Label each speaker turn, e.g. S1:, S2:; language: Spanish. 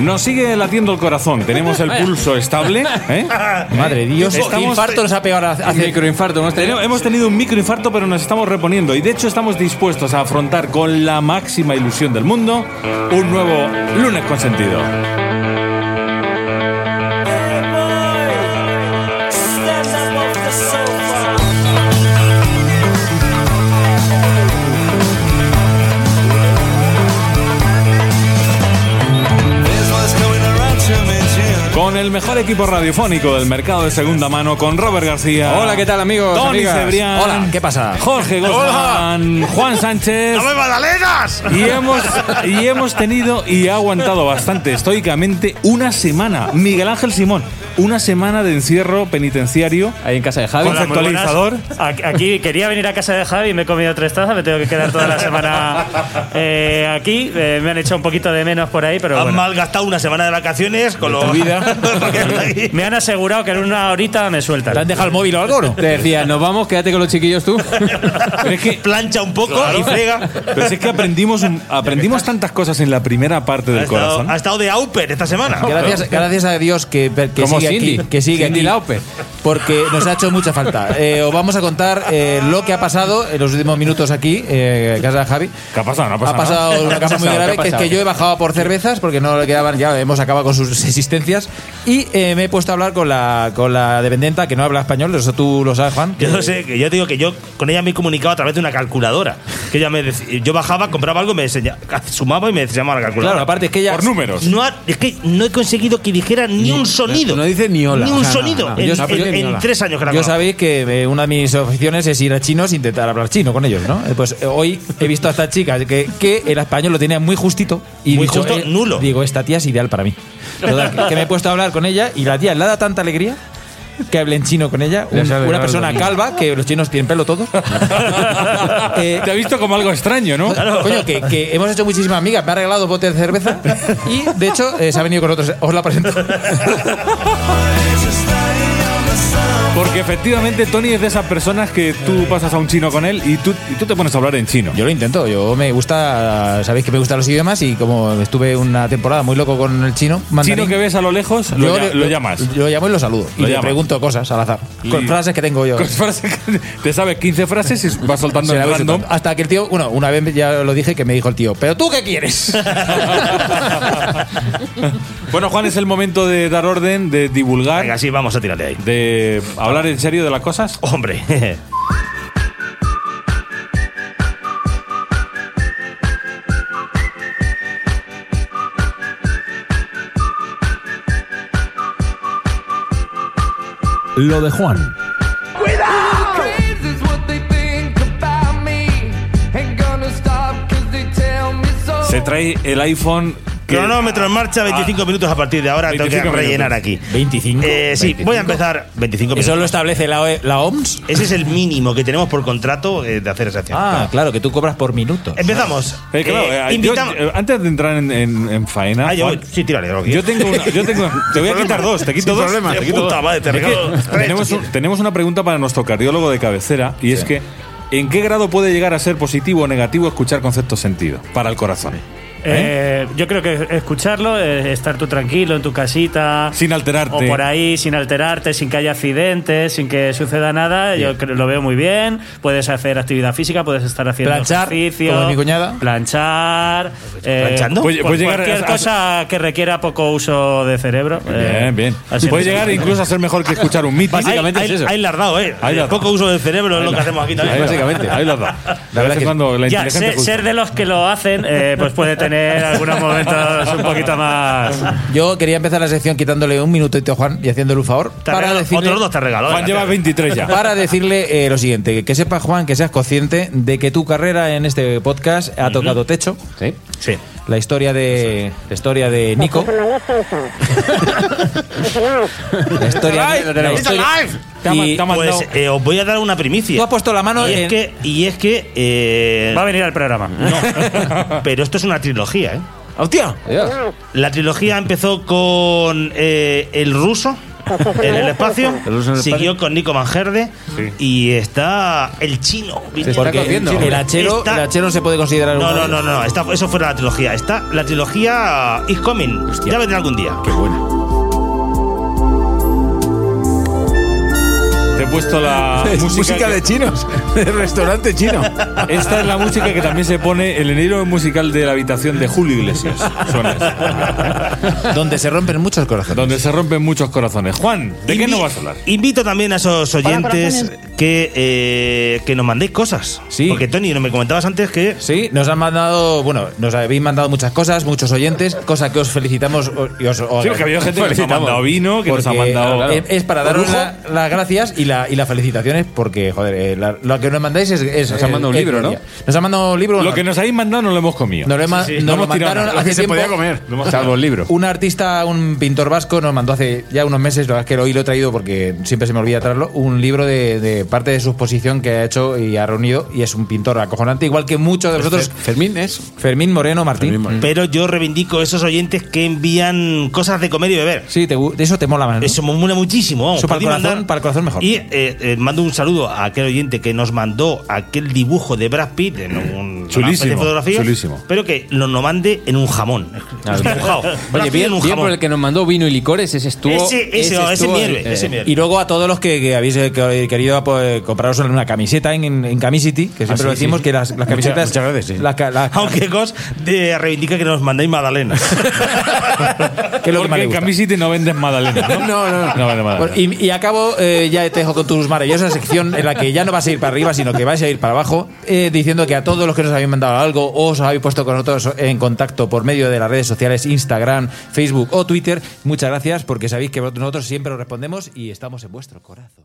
S1: Nos sigue latiendo el corazón, tenemos el pulso estable. ¿eh?
S2: Madre Dios,
S1: Estamos-
S2: infarto nos ha pegado hace
S1: Microinfarto. Hemos tenido, hemos tenido un microinfarto, pero nos estamos reponiendo. Y de hecho, estamos dispuestos a afrontar con la máxima ilusión del mundo un nuevo lunes con sentido. Con el mejor equipo radiofónico del mercado de segunda mano, con Robert García.
S2: Hola, ¿qué tal, amigos,
S1: Tony
S2: amigas?
S1: Cebrián.
S2: Hola, ¿qué pasa?
S1: Jorge Guzmán. Juan Sánchez.
S3: ¡No me magdalenas!
S1: Y hemos, y hemos tenido y ha aguantado bastante estoicamente una semana. Miguel Ángel Simón, una semana de encierro penitenciario.
S2: Ahí en casa de Javi.
S1: Hola. Conceptualizador.
S3: Aquí, aquí quería venir a casa de Javi y me he comido tres tazas. Me tengo que quedar toda la semana eh, aquí. Eh, me han hecho un poquito de menos por ahí, pero
S4: Han
S3: bueno.
S4: malgastado una semana de vacaciones con los.
S3: Me han asegurado que en una horita me sueltan.
S2: ¿Te han dejado el móvil o algo no? Te decía, nos vamos, quédate con los chiquillos tú.
S1: Pero es que,
S4: Plancha un poco y frega.
S1: pero si es que aprendimos, un- aprendimos tantas cosas en la primera parte
S4: Ha
S1: del
S4: estado,
S1: corazón.
S4: ha estado de Auper esta semana.
S2: Gracias, gracias a Dios que, que
S1: Como
S2: sigue
S1: Cindy.
S2: aquí. Que sigue
S1: Cindy
S2: aquí,
S1: Lauper.
S2: Porque nos ha hecho mucha falta. Eh, os vamos a contar eh, lo que ha pasado en los últimos minutos aquí, eh, en casa de Javi.
S1: ¿Qué ha pasado? No ha pasado.
S2: Ha pasado
S1: nada.
S2: una cosa muy grave, que es que yo he bajado por cervezas porque no le quedaban, ya hemos acabado con sus existencias. Y eh, me he puesto a hablar con la, con la dependienta que no habla español, eso tú lo sabes, Juan.
S4: Yo no sé, que yo te digo que yo con ella me he comunicado a través de una calculadora. Que ella me dec- yo bajaba, compraba algo, me enseña- sumaba y me llamaba la
S2: Claro,
S4: calculadora.
S2: aparte es que ella.
S1: Por números.
S4: No ha- es que no he conseguido que dijera ni, un sonido.
S5: no dice ni hola.
S4: Ni un
S5: O sea,
S4: sonido.
S5: no,
S2: no,
S4: en,
S2: yo sabía
S4: en-
S2: ni
S4: en
S2: hola.
S4: tres años que la
S2: Yo
S4: conozco.
S2: sabéis que eh, una de mis aficiones es ir a chinos e intentar hablar chino con ellos, ¿no? Eh, Pues eh, hoy he visto a esta chica que, que el español lo tenía muy justito. Y
S4: Muy
S2: dicho,
S4: justo,
S2: eh,
S4: nulo.
S2: Digo, esta tía es ideal para mí. Total, que- que me he puesto a hablar con ella y la tía le da tanta alegría que hablé en chino con ella. Un-
S5: Les ha alegrado
S2: una persona
S5: el domingo.
S2: calva, que los chinos tienen pelo todos. Eh,
S1: Te ha visto como algo extraño, ¿no?
S2: Coño, que, que hemos hecho muchísimas amigas. Me ha regalado bote de cerveza y, de hecho, eh, se ha venido con otros. Os la presento.
S1: Porque efectivamente Tony es de esas personas que tú pasas a un chino con él y tú, y tú te pones a hablar en chino.
S2: Eh. Yo lo intento, yo me gusta, sabéis que me gustan los idiomas y como estuve una temporada muy loco con el chino, mandarín,
S1: Chino que ves a lo lejos, lo,
S2: yo
S1: lla-
S2: le-
S1: lo llamas.
S2: Yo lo llamo y lo saludo. y
S1: Lo
S2: le
S1: llamas.
S2: pregunto cosas al azar. Con
S1: Y-
S2: frases que tengo yo.
S1: Con frases que- te sabes 15 frases y vas soltando
S2: Se la
S1: en
S2: voy
S1: random.
S2: soltando. Hasta que el tío, bueno, una vez ya lo dije que me dijo el tío, ¿pero tú qué quieres?
S1: bueno, Juan, es el momento de dar orden, de divulgar,
S4: Venga, sí, vamos a tirar de ahí.
S1: de hablar en serio de las cosas.
S4: Hombre.
S5: Lo de Juan.
S1: Se trae el iPhone. que-
S4: Cronómetro en marcha, 25 minutos a partir de ahora. tengo
S1: 25
S4: que
S1: minutos.
S4: rellenar aquí.
S2: 25.
S4: Eh, sí, voy a empezar. 25
S2: Eso
S4: minutos.
S2: lo establece la, OE- la OMS.
S4: Ese es el mínimo que tenemos por contrato eh, de hacer esa acción.
S2: Ah, claro, que tú cobras por minuto.
S4: Empezamos.
S1: Eh, claro,
S4: Eh,
S1: eh, yo-
S4: invitamos-
S1: eh, antes de entrar en, en- en faena,
S4: Ah, yo
S1: Juan,
S4: voy- sí, tírale. lo que
S1: yo
S4: quieras.
S1: tengo una- yo tengo- te voy a quitar dos, te quito
S5: Sin
S1: dos.
S5: problema.
S1: te
S4: Eh,
S1: quito
S4: puta
S1: dos.
S4: madre, te
S1: Es que
S4: regalo tres,
S1: tenemos,
S4: si
S1: un- tenemos una pregunta para nuestro cardiólogo de cabecera y es que ¿en qué grado puede llegar a ser positivo o negativo escuchar conceptos sentido para el corazón?
S3: Eh, yo creo que escucharlo, eh, estar tú tranquilo en tu casita.
S1: Sin alterarte.
S3: O por ahí, sin alterarte, sin que haya accidentes, sin que suceda nada. Yo creo- lo veo muy bien. Puedes hacer actividad física, puedes estar haciendo
S2: Planchar,
S3: ejercicio.
S2: como mi cuñada.
S3: Planchar. eh,
S4: ¿Planchando?
S1: Puede-
S3: cu-
S1: puede llegar
S3: cualquier
S1: a- a-
S3: cosa que requiera poco uso de cerebro. eh,
S1: Bien, bien.
S3: así
S1: Puede
S3: no
S1: llegar
S3: se-
S1: incluso a ser mejor que escuchar un meeting.
S4: Básicamente hay,
S1: Ahí- ahí-
S4: Hay lardado, ¿eh?
S1: Ahí lardado.
S4: Poco uso del cerebro es lo que hacemos aquí también.
S1: ahí- Básicamente, ahí lo has dado. De vez en
S2: que-
S1: cuando la
S3: Ya,
S1: inteligencia
S3: ser,
S1: justa.
S3: ser de los que lo hacen, eh, pues puede tener algunos momentos un poquito más.
S2: Yo quería empezar la sección quitándole un minutito a Juan y haciéndole un favor
S4: Te
S2: para
S4: regalo-
S2: decirle,
S4: Otros dos te regaló.
S1: Juan lleva 23 ya.
S2: para decirle eh, lo siguiente, que sepas Juan, que seas consciente de que tu carrera en este podcast ha tocado techo.
S6: Sí.
S4: Sí.
S2: La historia de la historia de Nico. la historia de la
S4: It's
S2: historia-
S4: alive.
S2: Te ha ma-
S4: Y,
S2: te ha mandado-
S4: pues eh, os voy a dar una primicia.
S1: pues,
S2: Tú has puesto la mano
S4: y
S1: eh.
S2: en-
S4: es que y es que eh,
S3: Va a venir al programa.
S4: no. pero esto es una trilogía, ¿eh?
S2: ¡Hostia!
S6: Adiós.
S4: La trilogía empezó con eh, el ruso en el espacio,
S6: El ruso en el
S4: siguió con Nico Manjerde y está el chino.
S6: está
S2: Porque
S6: cogiendo.
S2: el hachero,
S4: Está-
S2: el hachero no se puede considerar
S4: No,
S2: un-
S4: no, no, no, está- eso fuera la trilogía. Está la trilogía Is Coming. Ya vendrá algún día.
S1: Te he puesto la
S2: Es
S1: música. que-
S2: chinos, de restaurante chino.
S1: Esta es la música que también se pone en el hilo musical de la habitación de Julio Iglesias. Suena eso.
S2: Donde se rompen muchos corazones.
S1: Donde se rompen muchos corazones. Juan, ¿de qué nos vas a hablar?
S4: Invito también a esos oyentes que, eh, que nos mandéis cosas.
S2: Sí.
S4: Porque Tony, me comentabas antes que
S2: Sí, nos han mandado, bueno, nos habéis mandado muchas cosas, muchos oyentes, cosa que os felicitamos o- y os, os-
S1: Sí, porque ha habido gente que nos ha
S2: felicitamos.
S1: mandado vino, que nos ha mandado-
S2: claro, Es, es para daros la- las gracias y, la, y las felicitaciones, porque, joder, eh, la- lo que nos mandáis es. es- eh,
S6: Nos han mandado un
S2: es
S6: libro, ¿no?
S2: gloria. Nos han mandado un libro.
S1: Lo
S2: bueno,
S1: que nos habéis mandado no lo hemos comido.
S2: nos lo, he ma-
S1: Sí, sí.
S2: nos
S1: No
S2: lo
S1: hemos tirado
S2: mandaron
S1: nada.
S2: hace
S6: Que se
S2: tiempo.
S6: podía comer,
S1: Lo hemos-
S6: salvo el libro.
S2: Un artista, un pintor vasco, nos mandó hace ya unos meses, la verdad es que hoy lo he traído porque siempre se me olvida traerlo, un libro de, de parte de su exposición que ha hecho y ha reunido, y es un pintor acojonante, igual que muchos de vosotros.
S6: Fermín es.
S2: Fermín Moreno Martín.
S6: Fermín Moreno.
S4: Pero yo reivindico a esos oyentes que envían cosas de comer y beber.
S2: Sí, te gu- eso te mola más. ¿no?
S4: Eso me mola muchísimo. vamos,
S2: Eso para el
S4: podéis
S2: corazón- para el corazón mejor.
S4: Y eh, eh, mando un saludo a aquel oyente que nos mandó aquel dibujo de Brad Pitt en un
S1: Chulísimo,
S4: una especie de fotografía.
S1: chulísimo.
S4: Pero que nos lo mande en un jamón. Dibujado. Brad
S6: Oye,
S4: Pitt en
S6: bien,
S4: un
S6: bien por
S4: jamón.
S6: el que nos mandó vino y licores, ese estuvo.
S4: Ese, ese, ese,
S6: estuvo-
S4: mi héroe,
S6: eh,
S4: ese mi héroe.
S2: Y luego a todos los que, que habéis eh, que- querido pues, compraros una camiseta en, en, en Camisity, que siempre
S6: Ah, sí,
S2: lo decimos,
S6: sí.
S2: que las, las camisetas.
S6: muchas gracias, sí.
S2: las ca- las-
S4: Aunque Gos de- reivindica que nos mandéis magdalenas.
S6: Ah,
S2: que es lo que
S1: Porque
S2: más le
S1: en
S2: gusta.
S1: Camisite no vendes magdalena, ¿no?
S2: No, no, no.
S1: No vende magdalena.
S2: Bueno, y, y acabo, eh, ya te dejo con tu maravillosa sección en la que ya no vas a ir para arriba, sino que vas a ir para abajo, eh, diciendo que a todos los que nos habéis mandado algo o os habéis puesto con nosotros en contacto por medio de las redes sociales, Instagram, Facebook o Twitter, muchas gracias porque sabéis que nosotros siempre os respondemos y estamos en vuestro corazón.